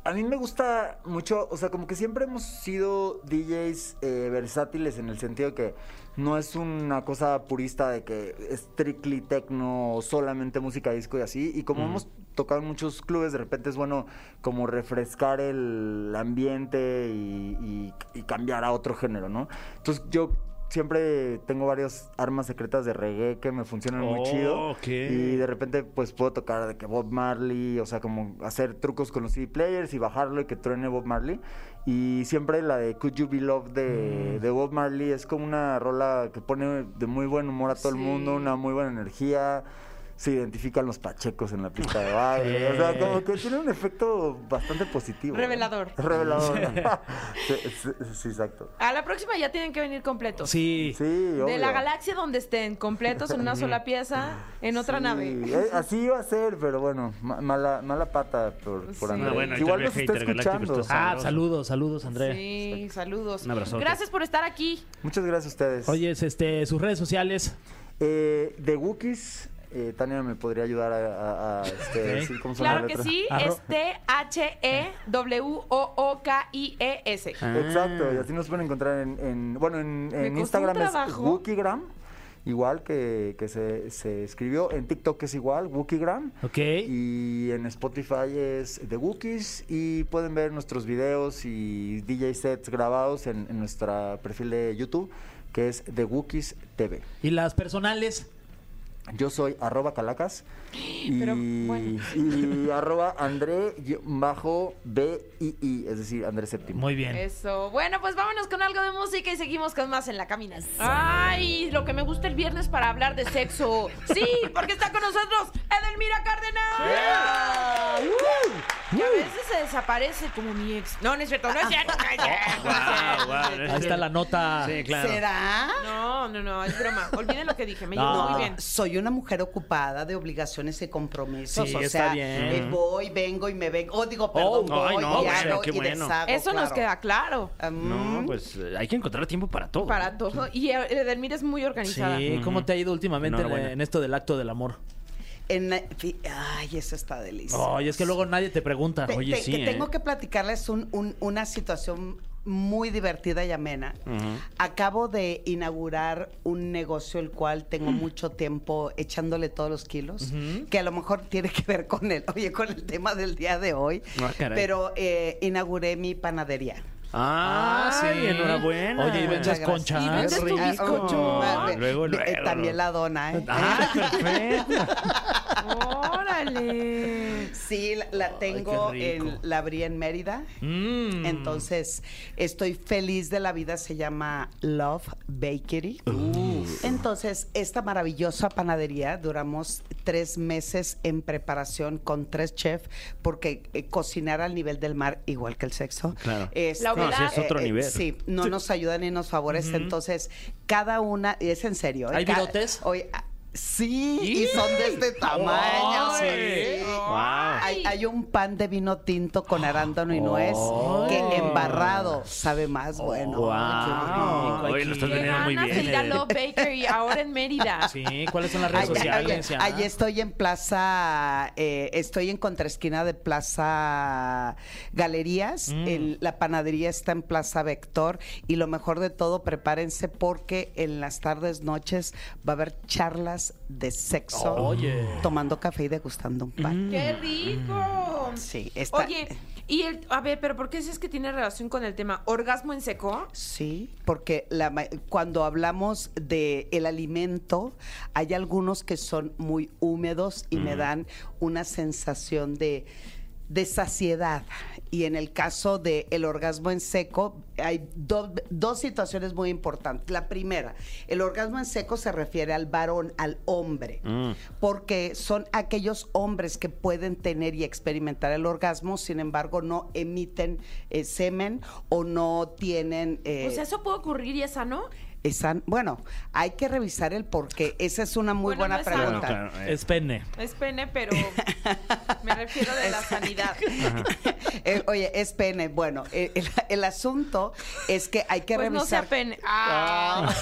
a mí me gusta mucho, o sea, como que siempre hemos sido DJs eh, versátiles en el sentido que no es una cosa purista de que strictly techno o solamente música disco y así. Y como hemos tocado en muchos clubes, de repente es bueno como refrescar el ambiente y, y- y cambiar a otro género, ¿no? Entonces yo siempre tengo varias armas secretas de reggae que me funcionan muy
Oh,
chido.
ok.
Y de repente pues puedo tocar de que Bob Marley, o sea, como hacer trucos con los CD players y bajarlo y que truene Bob Marley. Y siempre la de Could You Be Loved de,
Mm.
de Bob Marley es como una rola que pone de muy buen humor a todo
Sí.
el mundo, una muy buena energía. Se identifican los pachecos en la pista de baile. O sea, como que tiene un efecto bastante positivo. ¿no?
Revelador.
Revelador. sí, sí, sí, exacto.
A la próxima ya tienen que venir completos.
Sí.
Sí,
De la
obvio.
galaxia donde estén, completos en una sola pieza, en otra
Sí,
nave.
eh, así iba a ser, pero bueno, ma- mala, mala pata por, por
Sí.
Andrés.
Ah,
bueno, ahí
Igual
te
nos
viaje
está
intergaláctico,
escuchando.
estás-
Ah, saludos, saludos, Andrea.
Sí, saludos.
Un abrazote.
Gracias por estar aquí.
Ah, Muchas gracias a ustedes.
Oye, es, este, sus redes sociales.
Eh, de Wookiees, eh, Tania me podría ayudar a, a- a, este,
Ok.
decir cómo son las
Claro que
letras.
sí,
Arro-
es E T-H-E-W-O-O-K-I-E-S.
Ah.
Exacto, y así nos pueden encontrar en, en- bueno, en, en
Me costó
Instagram
un
es
trabajo.
Wookigram, igual que, que se, se escribió, en TikTok es igual, Wookigram.
Ok.
Y en Spotify es The Wookies y pueden ver nuestros videos y DJ sets grabados en, en nuestro perfil de YouTube que es The Wookies TV.
Y las personales.
Yo soy arroba calacas y,
Pero, bueno.
y arroba andré guión bajo b i i, es decir, André Séptimo.
Muy bien.
Eso. Bueno, pues vámonos con algo de música y seguimos con más en la camina. Ay, lo que me gusta el viernes para hablar de sexo. Sí, porque está con nosotros Edelmira Cárdenas. Que a veces se desaparece como mi ex. No, no es cierto, no es cierto. no es cierto, no
Oh,
es cierto.
Guau, guau, no es
Ahí está la nota.
Sí, claro.
¿Será?
No, no, no, es broma. Olviden lo que dije, me
No.
llevo
Ah.
No,
muy bien.
soy una mujer ocupada de obligaciones y compromisos.
Sí,
o sea,
está bien.
eh, voy, vengo y me vengo. O digo, perdón,
no, Oh, ay,
voy,
no,
y
bueno,
hago
qué
y
bueno.
deshago,
Eso nos
claro.
queda claro.
Um,
No, pues eh, hay que encontrar tiempo para todo.
Para todo. Y Edelmira es muy organizada.
Sí, ¿cómo te ha ido últimamente en,
Enhorabuena.
en esto del acto del amor?
en la- fi- ay, eso está delicioso.
Ay, es que luego nadie te pregunta.
Te-
oye,
te-
sí,
que
¿eh?
Tengo que platicarles un- un- una situación muy divertida y amena. Acabo de inaugurar un negocio el cual
Mm.
tengo mucho tiempo echándole todos los kilos, que a lo mejor tiene que ver con el, oye, con el tema del día de hoy.
Ah, caray.
pero eh, inauguré mi panadería.
Ah, sí. Enhorabuena.
Oye, y
Muchas
vendes
gracias.
conchas.
Y vendes tu
Ah,
bizcocho.
ah,
Luego,
eh,
luego.
también la dona, ¿eh?
Ah, perfecto.
Órale.
Sí, la, la tengo,
qué rico.
en- la abrí en Mérida.
Mm.
Entonces, estoy feliz de la vida, se llama Love Bakery. Entonces, esta maravillosa panadería, duramos tres meses en preparación con tres chefs, porque eh, cocinar al nivel del mar, igual que el sexo,
Claro.
este,
La humedad. No, sí,
es otro nivel.
sí, no nos ayuda ni nos favorece. Entonces, cada una, y es en serio. ¿eh?
¿Hay
Ca-
bigotes?
Hoy, ah, sí, y son de este tamaño.
¡Ay!
sí.
Guau.
Hay, hay un pan de vino tinto con arándano y nuez
Oh.
que embarrado sabe más
Oh,
bueno.
Wow. Oye, lo
aquí.
estás
Qué
vendiendo Pues muy
ganas
bien. eh.
el Love Bakery ahora en Mérida.
Sí, ¿cuáles son las redes
Allí
sociales? ¿eh? ya?
estoy en Plaza, eh, estoy en contraesquina de Plaza Galerías.
Mm.
El- la panadería está en Plaza Vector. Y lo mejor de todo, prepárense porque en las tardes, noches va a haber charlas de sexo,
Oye. Mm.
tomando café y degustando un pan.
¡Qué rico!
Sí, está.
Oye, y el, a ver, pero ¿por qué si es que tiene relación con el tema orgasmo en seco?
Sí, porque la ma- cuando hablamos de el alimento, hay algunos que son muy húmedos y me dan una sensación de, de saciedad. Y en el caso del el orgasmo en seco, hay do- dos situaciones muy importantes. La primera, el orgasmo en seco se refiere al varón, al hombre, porque son aquellos hombres que pueden tener y experimentar el orgasmo, sin embargo, no emiten eh, semen o no tienen... eh,
Pues eso puede ocurrir y es sano.
están, bueno, hay que revisar el por qué. Esa es una muy
Bueno,
buena
no es sano.
pregunta.
Claro, eh.
Ah, Es pene.
Es pene, pero me refiero de la sanidad.
Eh, oye, es pene. Bueno, eh, el, el asunto es que hay que
Pues no
revisar.
sea pene. Ah.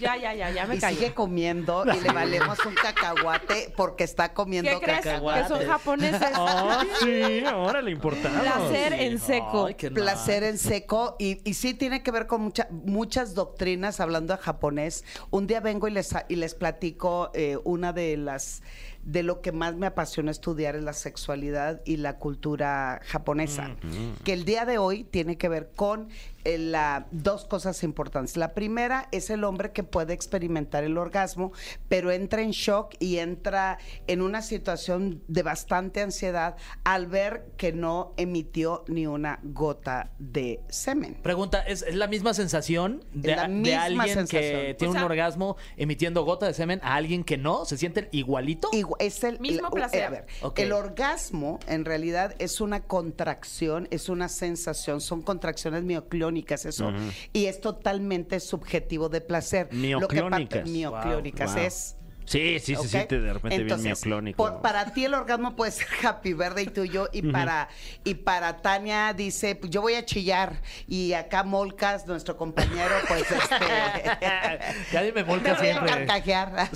ya, ya, ya, ya me
y sigue
callé.
comiendo y le valemos un cacahuate porque está comiendo
¿Qué crees? Que
cacahuate.
son japoneses.
Ah, sí, ahora le importaba.
Placer en seco.
Ay, qué
placer en seco y, y sí tiene que ver con mucha- muchas doctrinas hablando a japonés. Un día vengo y les, y les platico eh, una de las de lo que más me apasiona estudiar es la sexualidad y la cultura japonesa, que el día de hoy tiene que ver con eh, la- dos cosas importantes. La primera es el hombre que puede experimentar el orgasmo, pero entra en shock y entra en una situación de bastante ansiedad al ver que no emitió ni una gota de semen.
Pregunta, ¿es, es la misma sensación de,
Es
de
la misma
alguien que
sensación.
tiene
O sea-
un orgasmo emitiendo gota de semen a alguien que no? ¿Se sienten igualito?
Igu- es el
Mismo
el-
placer.
a ver,
Ok.
el orgasmo en realidad es una contracción, es una sensación, son contracciones mioclónicas eso y es totalmente subjetivo de placer. Lo que parte-
Mioclónicas.
mioclónicas
Wow.
es
Sí, sí, se
¿ok?
siente de repente
Entonces,
bien mioclónico.
por- para ti el orgasmo puede ser happy verde y tuyo y para y para Tania dice "Pues yo voy a chillar y acá Molcas nuestro compañero pues este
Ya me
me
volca
voy a
siempre.
carcajear.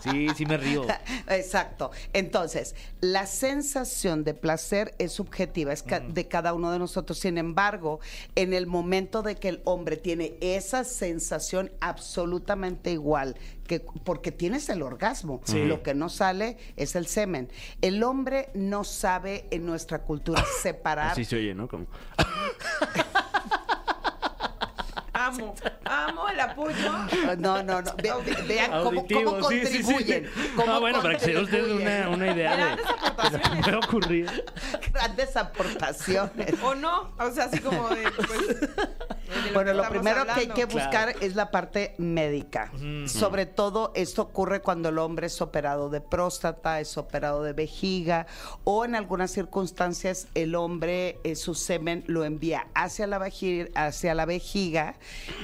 Sí, sí me río.
Exacto. Entonces, la sensación de placer es subjetiva, es ca- de cada uno de nosotros. Sin embargo, en el momento de que el hombre tiene esa sensación absolutamente igual, que, porque tienes el orgasmo, lo que no sale es el semen. El hombre no sabe en nuestra cultura separar
Así se oye, ¿no? Como...
Ah, amo. Amo el apoyo.
No, no, no. Ve- ve- vean cómo, cómo
Auditivo, sí, sí, sí.
contribuyen. cómo
Ah, bueno, para que se dé usted
contribuyen.
una, una idea de
Grandes aportaciones.
puede ocurrir.
Grandes aportaciones.
O no. O sea, así como de. Pues, de que
Bueno, lo
estamos
primero que hay que
hablando.
buscar es la parte médica. Sobre todo esto ocurre cuando el hombre es operado de próstata, es operado de vejiga o en algunas circunstancias el hombre eh, su semen lo envía hacia la, vagi- hacia la vejiga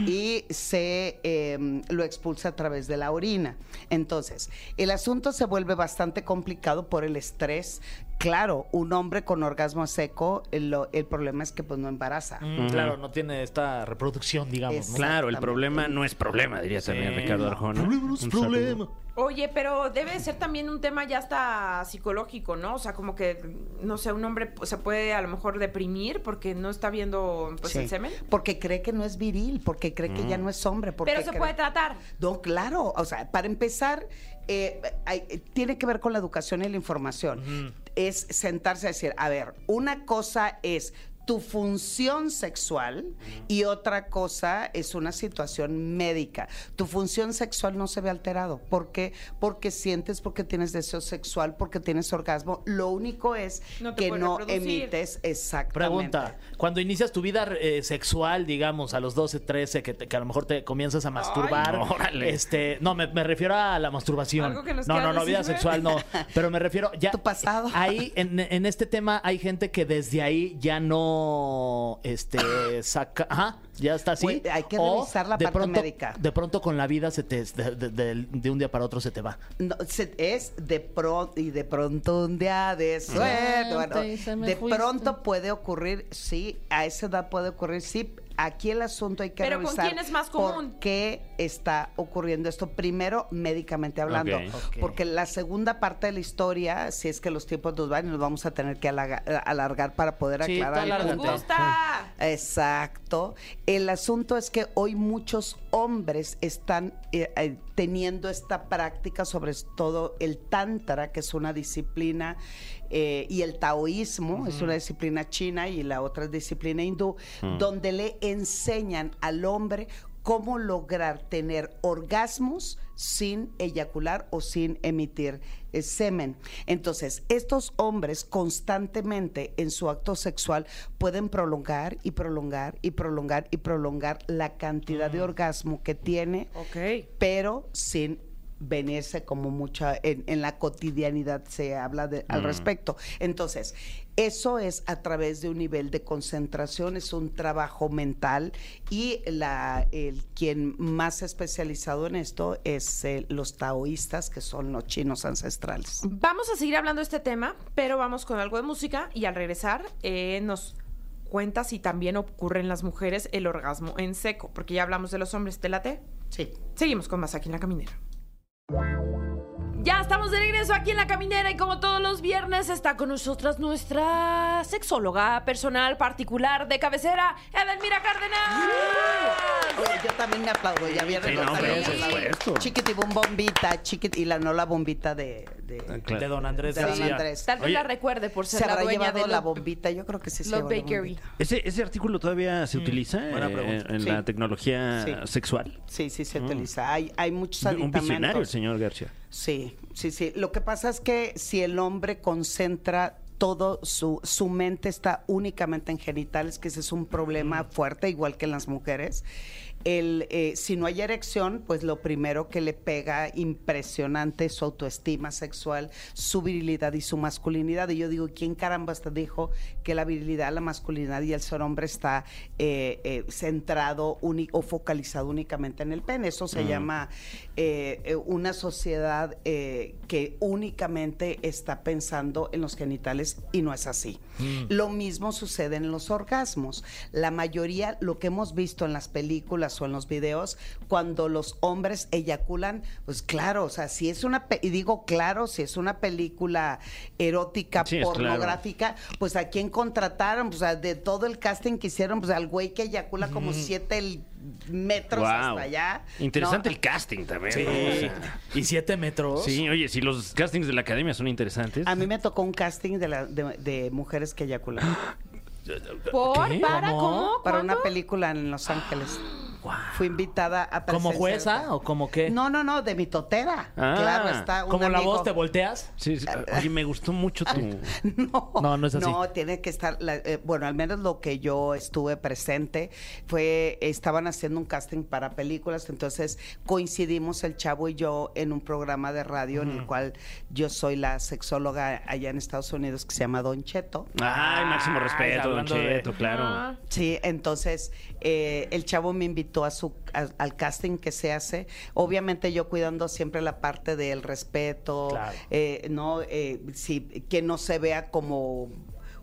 y se eh, lo expulsa a través de la orina. Entonces, el asunto se vuelve bastante complicado por el estrés. Claro, un hombre con orgasmo seco, el, lo- el problema es que pues no embaraza.
Mm, Claro, no tiene esta reproducción, digamos. ¿no?
Exacto.
Claro, el problema no es problema, diría también Ricardo Arjona.
Problema no es
Un saludo.
problema.
Oye, pero debe de ser también un tema ya hasta psicológico, ¿no? O sea, como que, no sé, un hombre se puede a lo mejor deprimir porque no está viendo pues,
Sí,
el semen.
Porque cree que no es viril, porque cree que ya no es hombre. Porque
Pero se
cree-
puede tratar.
No, claro. O sea, para empezar, eh, hay- eh, tiene que ver con la educación y la información. Es sentarse a decir, a ver, una cosa es tu función sexual y otra cosa es una situación médica. Tu función sexual no se ve alterado. ¿Por qué? Porque sientes, porque tienes deseo sexual, porque tienes orgasmo. Lo único es
No te
que
puedes
no
reproducir.
emites exactamente.
Pregunta, cuando inicias tu vida eh, sexual, digamos, a los 12, 13, que, te- que a lo mejor te comienzas a masturbar.
no, órale.
este, no, me, me refiero a la masturbación.
Algo que nos
no,
queda
no, no, vida
decir,
sexual no. Pero me refiero ya.
Tu pasado.
Ahí, en, en este tema, hay gente que desde ahí ya no este saca. Ajá, ya está así.
Güey, hay que
O
revisar la
de
parte
pronto-
médica.
De pronto con la vida se te de, de- de- de un día para otro se te va.
No, se- es de pronto y de pronto un día de suerte. bueno, de pronto puede ocurrir, sí, a esa edad puede ocurrir, sí. Aquí el asunto hay que
Pero ¿con
revisar
quién es más común?
por qué está ocurriendo esto. Primero, médicamente hablando,
Ok.
Ok.
porque la segunda parte de la historia, si es que los tiempos nos van y nos vamos a tener que alaga- eh, alargar para poder
Sí, tú
aclarar el
¡Nos
alárgate.
punto.
gusta!
Exacto. El asunto es que hoy muchos hombres están eh, eh, teniendo esta práctica, sobre todo el tantra, que es una disciplina, eh, y el taoísmo, es una disciplina china y la otra es disciplina hindú, donde le enseñan al hombre cómo lograr tener orgasmos sin eyacular o sin emitir eh, semen. Entonces, estos hombres constantemente en su acto sexual pueden prolongar y prolongar y prolongar y prolongar la cantidad de orgasmo que tiene,
Ok.
pero sin venirse como mucha en, en la cotidianidad se habla de- al respecto. Entonces, eso es a través de un nivel de concentración, es un trabajo mental y la el quien más especializado en esto es eh, los taoístas que son los chinos ancestrales.
Vamos a seguir hablando de este tema, pero vamos con algo de música y al regresar eh, nos cuenta si también ocurre en las mujeres el orgasmo en seco, porque ya hablamos de los hombres. ¿Te late?
Sí.
Seguimos con más aquí en la caminera. Ya estamos de regreso aquí en la caminera y como todos los viernes está con nosotras nuestra sexóloga personal particular de cabecera, Edelmira Cárdenas.
Oye, yo también me aplaudo, ya vieron.
Sí,
los
no, hombre,
aplausos.
por supuesto.
Chiquitibum bombita, chiquit y la no la bombita de, de,
Ah, Claro.
De don Andrés
de Don
García.
Andrés.
Tal vez
Oye,
la recuerde por ser
Se
la
habrá
dueña
llevado
de
la
Love-
bombita, yo creo que sí se
Love
llevó la
Bakery.
bombita.
¿Ese, ¿Ese artículo todavía se utiliza
buena
eh,
pregunta.
en, en
Sí.
la tecnología
Sí.
sexual?
Sí, sí se utiliza. Hay, hay muchos
Mm. Un
aditamentos.
visionario, el señor García.
Sí, sí, sí. Lo que pasa es que si el hombre concentra todo su, su mente está únicamente en genitales, que ese es un problema fuerte, igual que en las mujeres. El, eh, si no hay erección, pues lo primero que le pega impresionante es su autoestima sexual, su virilidad y su masculinidad. Y yo digo, ¿quién caramba hasta dijo que la virilidad, la masculinidad y el ser hombre está eh, eh, centrado uni- o focalizado únicamente en el pene? Eso
Mm.
se llama eh, eh, una sociedad eh, que únicamente está pensando en los genitales y no es así.
Mm.
Lo mismo sucede en los orgasmos. La mayoría, lo que hemos visto en las películas o en los videos, cuando los hombres eyaculan, pues claro, o sea, si es una, pe- y digo claro, si es una película erótica,
Sí, es claro.
pornográfica, pues a quién contrataron, pues a- de todo el casting que hicieron, pues al güey que eyacula como siete l- metros hasta allá.
Interesante
¿no?
el casting también.
Sí.
¿no? O sea,
Eh, Y siete metros.
sí, oye, si los castings de la academia son interesantes.
A mí me tocó un casting de, la- de- de mujeres que eyaculan
¿Por?
¿Qué?
¿Para?
¿Cómo?
¿Cómo?
para una
¿Cuándo?
película en Los Ángeles. Fui invitada a
¿Como
presenciar-
jueza o como qué?
No, no, no, de mi totera.
Ah.
claro, está un
¿Como la
amigo.
voz te volteas?
Sí, sí. Oye, me gustó mucho tu.
No,
No, no es así.
No, tiene que estar, la- eh, bueno, al menos lo que yo estuve presente fue, estaban haciendo un casting para películas, entonces coincidimos el chavo y yo en un programa de radio en el cual yo soy la sexóloga allá en Estados Unidos que se llama Don Cheto. Ah,
Ay, máximo
Ay,
respeto, Don
hablando de-
Cheto, claro.
Sí, entonces eh, el chavo me invitó a su a- al casting que se hace. Obviamente yo cuidando siempre la parte del respeto,
Claro.
eh, no, eh, sí, que no se vea como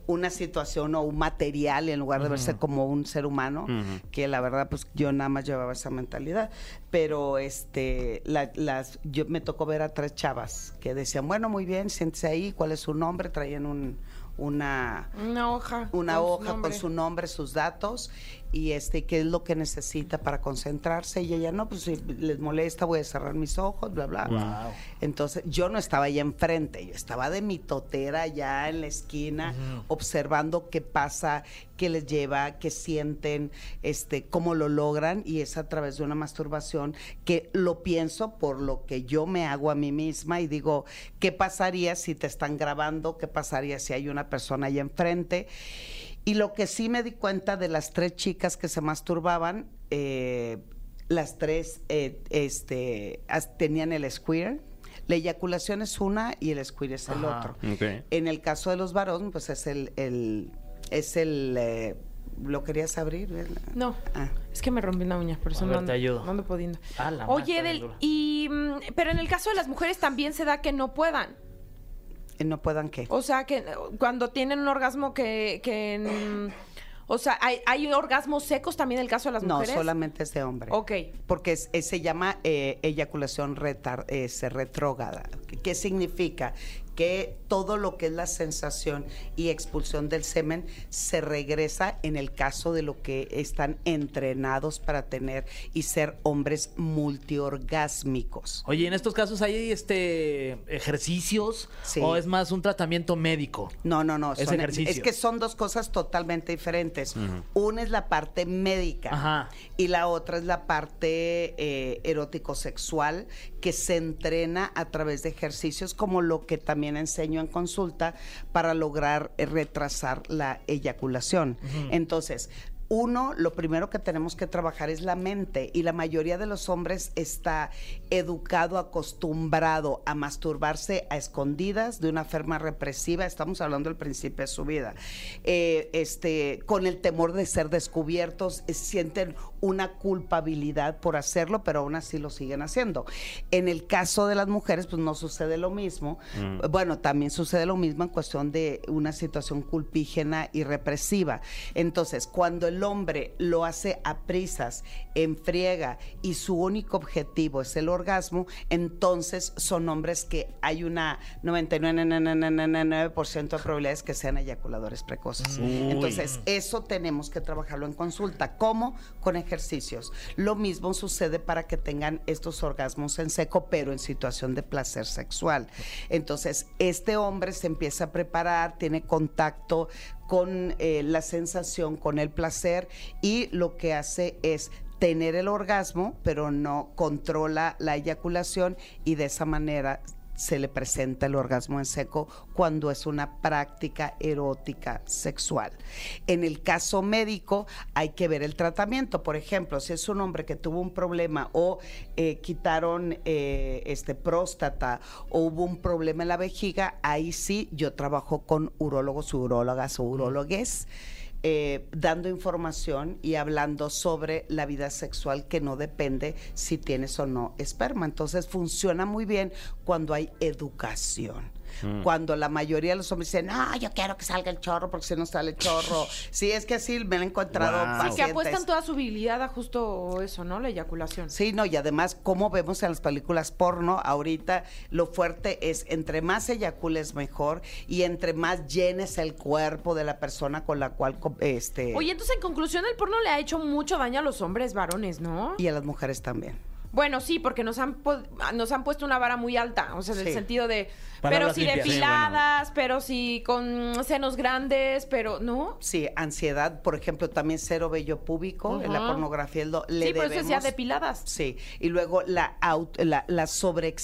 una situación o un material en lugar de verse como un ser humano, que la verdad pues yo nada más llevaba esa mentalidad, pero este la- las yo me tocó ver a tres chavas que decían, "Bueno, muy bien, siéntese ahí, ¿cuál es su nombre?" traían un una
Una hoja.
una
con su
hoja con
nombre.
su nombre, sus datos y este qué es lo que necesita para concentrarse y ella no, pues si les molesta voy a cerrar mis ojos, bla bla. Entonces, yo no estaba allá enfrente, yo estaba de mi totera allá en la esquina observando qué pasa, qué les lleva, qué sienten, este cómo lo logran y es a través de una masturbación que lo pienso por lo que yo me hago a mí misma y digo, ¿qué pasaría si te están grabando? ¿Qué pasaría si hay una persona allá enfrente? Y lo que sí me di cuenta de las tres chicas que se masturbaban, eh, las tres eh, este, as- tenían el square. La eyaculación es una y el square es el
Ajá,
otro.
ok.
En el caso de los varones, pues es el... el- es el eh, ¿Lo querías abrir?
No.
Ah.
Es que me rompí una uña, por eso
A ver,
no, ando,
te ayudo.
no ando pudiendo.
Ah, la
Oye,
madre,
Del,
dura.
y mm, pero en el caso de las mujeres también se da que no puedan.
Eh, ¿No puedan qué?
O sea, que eh, cuando tienen un orgasmo que... que mm, o sea, ¿hay, hay orgasmos secos también en el caso de las
no,
mujeres?
solamente es de hombre.
Ok.
porque es- eh, se llama eh, eyaculación retar, eh, se retrógrada. ¿Qué significa? Que todo lo que es la sensación y expulsión del semen se regresa en el caso de lo que están entrenados para tener y ser hombres multiorgásmicos.
Oye, en estos casos hay este ejercicios
Sí.
o es más un tratamiento médico.
No, no, no.
Es ejercicio.
es que son dos cosas totalmente diferentes. Una es la parte médica
Ajá.
y la otra es la parte eh, erótico-sexual que se entrena a través de ejercicios como lo que también enseño en consulta para lograr eh, retrasar la eyaculación. Entonces... Uno, lo primero que tenemos que trabajar es la mente y la mayoría de los hombres está educado, acostumbrado a masturbarse a escondidas de una forma represiva. Estamos hablando del principio de su vida. Eh, este, con el temor de ser descubiertos, eh, sienten una culpabilidad por hacerlo, pero aún así lo siguen haciendo. En el caso de las mujeres, pues no sucede lo mismo. Bueno, también sucede lo mismo en cuestión de una situación culpígena y represiva. Entonces, cuando el hombre lo hace a prisas, en friega, y su único objetivo es el orgasmo, entonces son hombres que hay una 99% de probabilidades que sean eyaculadores precoces.
Uy.
Entonces, eso tenemos que trabajarlo en consulta. ¿Cómo? Con ejercicios. Lo mismo sucede para que tengan estos orgasmos en seco, pero en situación de placer sexual. Entonces, este hombre se empieza a preparar, tiene contacto con eh, la sensación, con el placer y lo que hace es tener el orgasmo, pero no controla la eyaculación y de esa manera se le presenta el orgasmo en seco cuando es una práctica erótica sexual. En el caso médico hay que ver el tratamiento. Por ejemplo, si es un hombre que tuvo un problema o eh, quitaron eh, este próstata o hubo un problema en la vejiga, ahí sí yo trabajo con urólogos, urólogas o urólogues eh, dando información y hablando sobre la vida sexual que no depende si tienes o no esperma. Entonces funciona muy bien cuando hay educación. Cuando la mayoría de los hombres dicen, no, yo quiero que salga el chorro porque si no sale el chorro. Sí, es que así me lo he encontrado.
Wow.
Sí, que
pacientes.
apuestan toda su habilidad a justo eso, ¿no? La eyaculación.
Sí, no, y además, como vemos en las películas porno, ahorita lo fuerte es entre más eyacules mejor y entre más llenes el cuerpo de la persona con la cual co- este
Oye, entonces en conclusión el porno le ha hecho mucho daño a los hombres varones, ¿no?
y a las mujeres también.
Bueno, sí, porque nos han, po- nos han puesto una vara muy alta, o sea, en
Sí.
el sentido de, pero
Palabras
si
limpias.
depiladas, pero si con senos grandes, pero no.
Sí, ansiedad, por ejemplo, también cero vello púbico en la
Ajá.
pornografía. es lo- le
sí, por eso decía
debemos-
depiladas.
Sí, y luego la, aut- la, la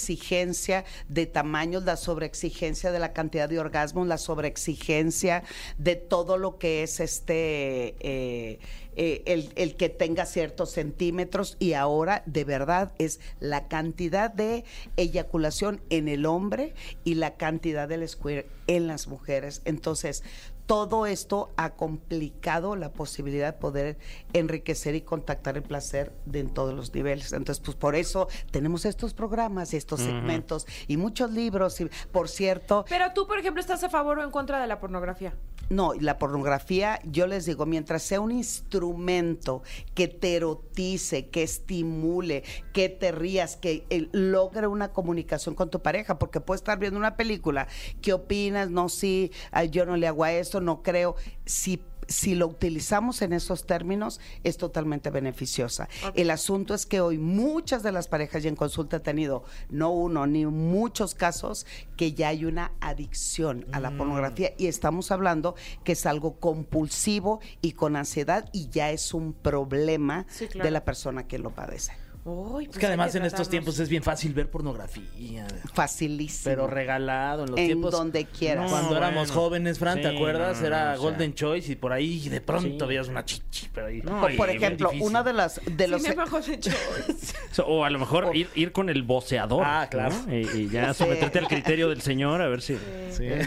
sobreexigencia de tamaños, la sobreexigencia de la cantidad de orgasmos, la sobreexigencia de todo lo que es este, eh, eh, el, el que tenga ciertos centímetros y ahora de verdad es la cantidad de eyaculación en el hombre y la cantidad del squirt en las mujeres. Entonces, todo esto ha complicado la posibilidad de poder enriquecer y contactar el placer de en todos los niveles. Entonces, pues por eso tenemos estos programas y estos segmentos y muchos libros. Y, por cierto,
Pero tú, por ejemplo, estás a favor o en contra de la pornografía.
no, y la pornografía, yo les digo, mientras sea un instrumento que te erotice, que estimule, que te rías, que eh, logre una comunicación con tu pareja, porque puedes estar viendo una película, ¿qué opinas? No, sí, ay, yo no le hago a esto, no creo. Si si lo utilizamos en esos términos, es totalmente beneficiosa. El asunto es que hoy muchas de las parejas ya en consulta han tenido, no uno, ni muchos casos, que ya hay una adicción a la
Mm.
pornografía. Y estamos hablando que es algo compulsivo y con ansiedad y ya es un problema
Sí, claro.
de la persona que lo padece.
Uy,
Es
pues
que
hay
además en
tratarnos.
estos tiempos es bien fácil ver pornografía.
Facilísimo.
Pero regalado en los
En
tiempos.
donde quieras.
Cuando
No,
éramos
bueno.
jóvenes, Fran, ¿te
Sí,
acuerdas?
no, o
Era
sea.
Golden Choice y por ahí de pronto
Sí.
veías una chichi. Pero ahí,
No,
O,
y
por
bien
ejemplo,
difícil.
una de las... De los,
Sí, me bajó de chores.
So, O a lo mejor ir, ir con el voceador.
Ah, claro.
¿no? Y, y ya
Sí.
someterte al criterio del señor a ver si,
Sí.
Eh,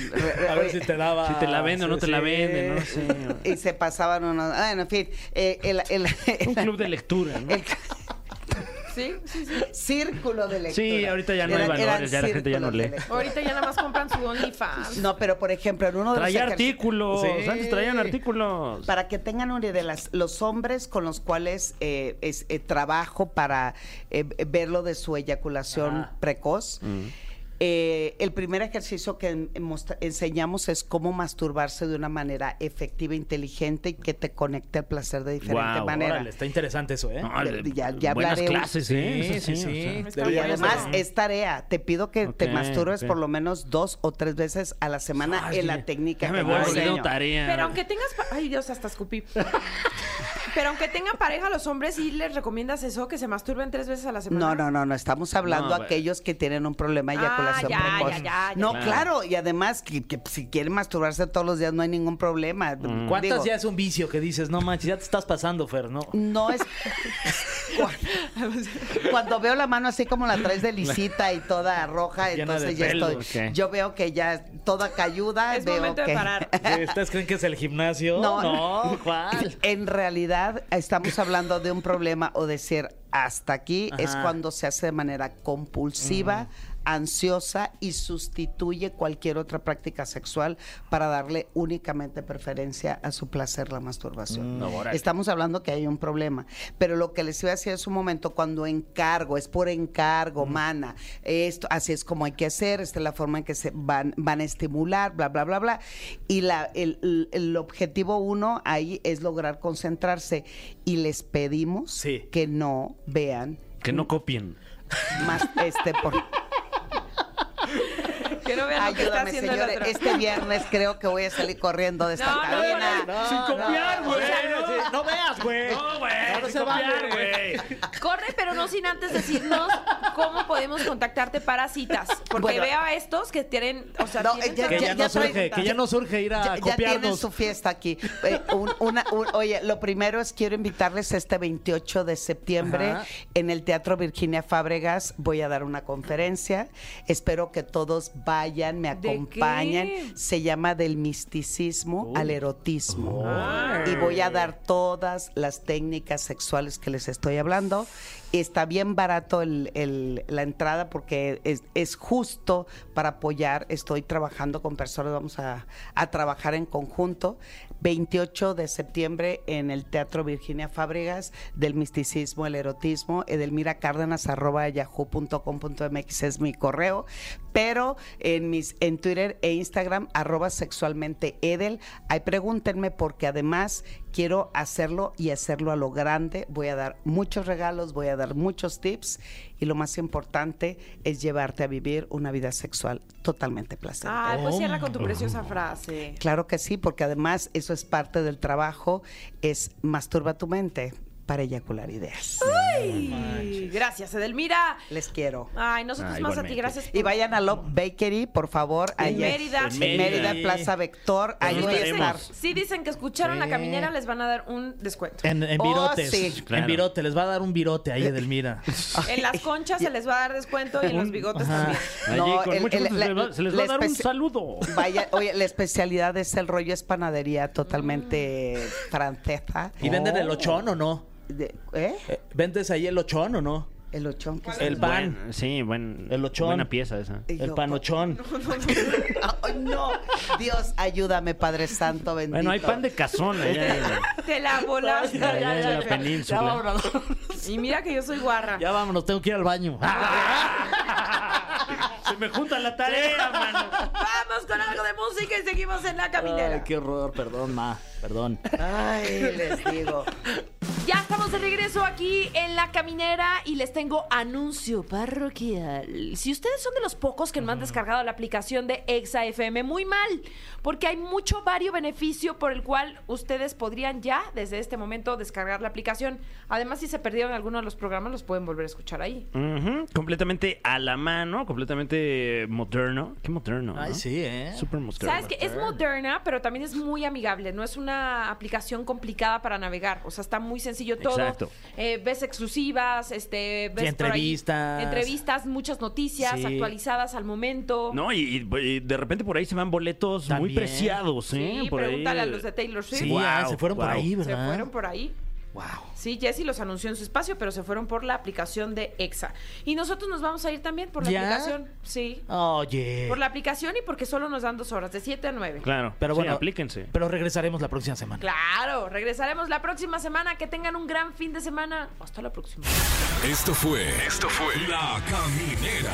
A ver si te daba.
si te la vende o no
sí,
te la
sí.
vende. No sé.
y se pasaban unos... ah, en fin, eh, el- el-
Un club de lectura. ¿no?
el
Sí, sí, sí.
Círculo de lectura.
Sí, ahorita ya no hay
Eran- eran
valores, ya la gente ya no
círculos de
lee.
lectura.
Ahorita ya nada más compran su OnlyFans.
No, pero por ejemplo, en uno de
Traía
los ejercicios-
artículos.
Sí.
Antes traían artículos.
para que tengan una idea de las, los hombres con los cuales eh, es- eh, trabajo para eh, ver lo de su eyaculación
Ajá.
precoz.
Mm.
eh, el primer ejercicio que en- mostra- enseñamos es cómo masturbarse de una manera efectiva, inteligente y que te conecte al placer de diferente
Guau,
manera.
Órale, está interesante eso, ¿eh?
No,
Ya- ya- ya
buenas
hablaré.
clases, ¿eh? Eso sí, o sea.
Está
Y
Deberíamos
además
hacerlo.
es tarea. Te pido que te
Ok,
masturbes
ok.
por lo menos dos o tres veces a la semana
Ay,
en
ya-
la técnica.
ya
que
me
te
voy
enseño.
volviendo tarea.
Pero aunque tengas... pa- Ay, Dios, hasta escupí. Pero aunque tengan pareja los hombres, ¿sí les recomiendas eso? ¿Que se masturben tres veces a la semana?
No, no, no, no. Estamos hablando
No,
a
bueno.
aquellos que tienen un problema de
Ah,
eyaculación
ya,
precoz.
ya, ya, ya.
no,
Claro.
claro. Y además, que, que si quieren masturbarse todos los días no hay ningún problema.
¿Cuántas
Digo,
ya es un vicio que dices, no manches, ya te estás pasando, Fer, no?
No es. Cuando veo la mano así como la traes de lisita y toda roja,
Llena de
entonces ya
pelo,
estoy.
ok.
Yo veo que ya toda cayuda.
Es
veo
momento
que-
de parar.
Sí, ¿Ustedes creen que es el gimnasio?
No,
no ¿cuál?
En realidad estamos hablando de un problema o decir hasta aquí es
Ajá.
cuando se hace de manera compulsiva, ansiosa y sustituye cualquier otra práctica sexual para darle únicamente preferencia a su placer la masturbación.
Mm. No, órale.
estamos hablando que hay un problema, pero lo que les iba a decir es un momento cuando encargo, es por encargo, mana, esto así es como hay que hacer, esta es la forma en que se van van a estimular, bla bla bla bla y la el- el- el objetivo uno ahí es lograr concentrarse y les pedimos
Sí.
que no vean
Que no copien.
más este por
Que no vean lo que está
Ayúdame,
haciendo
señores.
el otro.
Este viernes creo que voy a salir corriendo de esta
No, no,
cabina.
Sin copiar, güey. No, veas, güey.
No, güey.
no
sin
se
copiar,
vale.
güey.
Corre, pero no sin antes decirnos cómo podemos contactarte para citas. Porque
Bueno.
veo a estos que tienen... O sea,
No,
tienen
eh, ya-
Que ya,
ya
no
traen-
surge, que ya no surge ir a
Ya, ya tienen
copiarnos.
su fiesta aquí. Eh, un- una- un- oye, lo primero es quiero invitarles este 28 de septiembre
Ajá.
en el Teatro Virginia Fábregas. Voy a dar una conferencia. Espero que todos vayan, me
¿De
acompañen.
qué?
Se llama Del misticismo al erotismo.
Ah.
Y voy a dar todas las técnicas sexuales que les estoy hablando. Está bien barato el- el- la entrada porque es, es justo para apoyar. Estoy trabajando con personas, vamos a, a trabajar en conjunto. 28 de septiembre en el Teatro Virginia Fábregas del misticismo, el erotismo, Edelmira Cárdenas arroba yahoo.com.mx es mi correo, pero en mis en Twitter e Instagram arroba sexualmente edel, ahí pregúntenme porque además quiero hacerlo y hacerlo a lo grande. Voy a dar muchos regalos, voy a dar muchos tips y lo más importante es llevarte a vivir una vida sexual totalmente placentera.
Ay, pues cierra con tu preciosa frase.
Claro que sí, porque además eso es parte del trabajo, es masturba tu mente para eyacular ideas.
Ay, gracias, Edelmira.
Les quiero.
Ay, nosotros
Ah,
más a ti,
igualmente.
gracias.
Y
por-
vayan a Love Bakery, por favor. ahí es-
Mérida.
en
Mérida.
Mérida, Plaza Vector.
Ahí
Ahí voy a estar.
estaremos.
Sí, dicen que escucharon la
Sí.
caminera, les van a dar un descuento.
En, en
Oh,
virotes.
sí.
Claro.
En virote, les va a dar un virote ahí, Edelmira.
En las conchas se les va a dar descuento y en los bigotes también.
Allí,
No,
con
el-
mucho
el-
gusto,
la-
se les va- se les va
la
a dar un
especi-
saludo.
Vaya, oye, la especialidad es el rollo es panadería totalmente francesa.
¿Y venden el ochón o no?
De- ¿Eh?
Eh, ¿Vendes ahí el ochón o no?
El ochón. que
El
se-
pan.
Buen- sí, buen,
El ochón.
buena pieza esa.
Y
El
yo,
panochón.
Ay, no. Dios, ayúdame, Padre Santo bendito.
Bueno, hay pan de cazón allá en la,
Te la volaste.
allá en la
Ya
península.
vámonos,
Y mira que yo soy guarra.
ya vámonos, tengo que ir al baño.
Ah, Se me junta la tarea, mano.
Vamos con algo de música y seguimos en la caminera.
Ay, qué horror, perdón, ma, perdón.
Ay, les digo.
Ya estamos de regreso aquí en La Caminera y les tengo anuncio parroquial. Si ustedes son de los pocos que no han descargado la aplicación de Exa FM, muy mal, porque hay mucho vario beneficio por el cual ustedes podrían ya desde este momento descargar la aplicación. Además, si se perdieron alguno de los programas, los pueden volver a escuchar ahí.
Ujú, Completamente a la mano, completamente moderno. Qué moderno.
Ay,
¿no?
sí, ¿eh?
Súper moderno.
Sabes que es moderna, pero también es muy amigable. No es una aplicación complicada para navegar. O sea, está muy sencillo todo.
Exacto.
Eh, ves exclusivas, este, ves por ahí
entrevistas.
entrevistas, muchas noticias
Sí.
actualizadas al momento.
No, y, y- y de repente por ahí se van boletos muy
También.
preciados, ¿eh?
Sí,
por ahí.
pregúntale a los de Taylor Swift.
Sí,
Wow,
ah, se fueron por
wow.
ahí,
se
¿verdad?
fueron por ahí.
Wow.
Sí, Jessy los anunció en su espacio, pero se fueron por la aplicación de EXA. Y nosotros nos vamos a ir también por la
¿Ya?
aplicación. Sí.
Oye.
Por la aplicación y porque solo nos dan dos horas, de 7 a 9.
Claro,
Pero bueno,
sí, aplíquense.
Pero regresaremos la próxima semana.
Claro, regresaremos la próxima semana. Que tengan un gran fin de semana. Hasta la próxima.
Esto fue. Esto fue. La Caminera.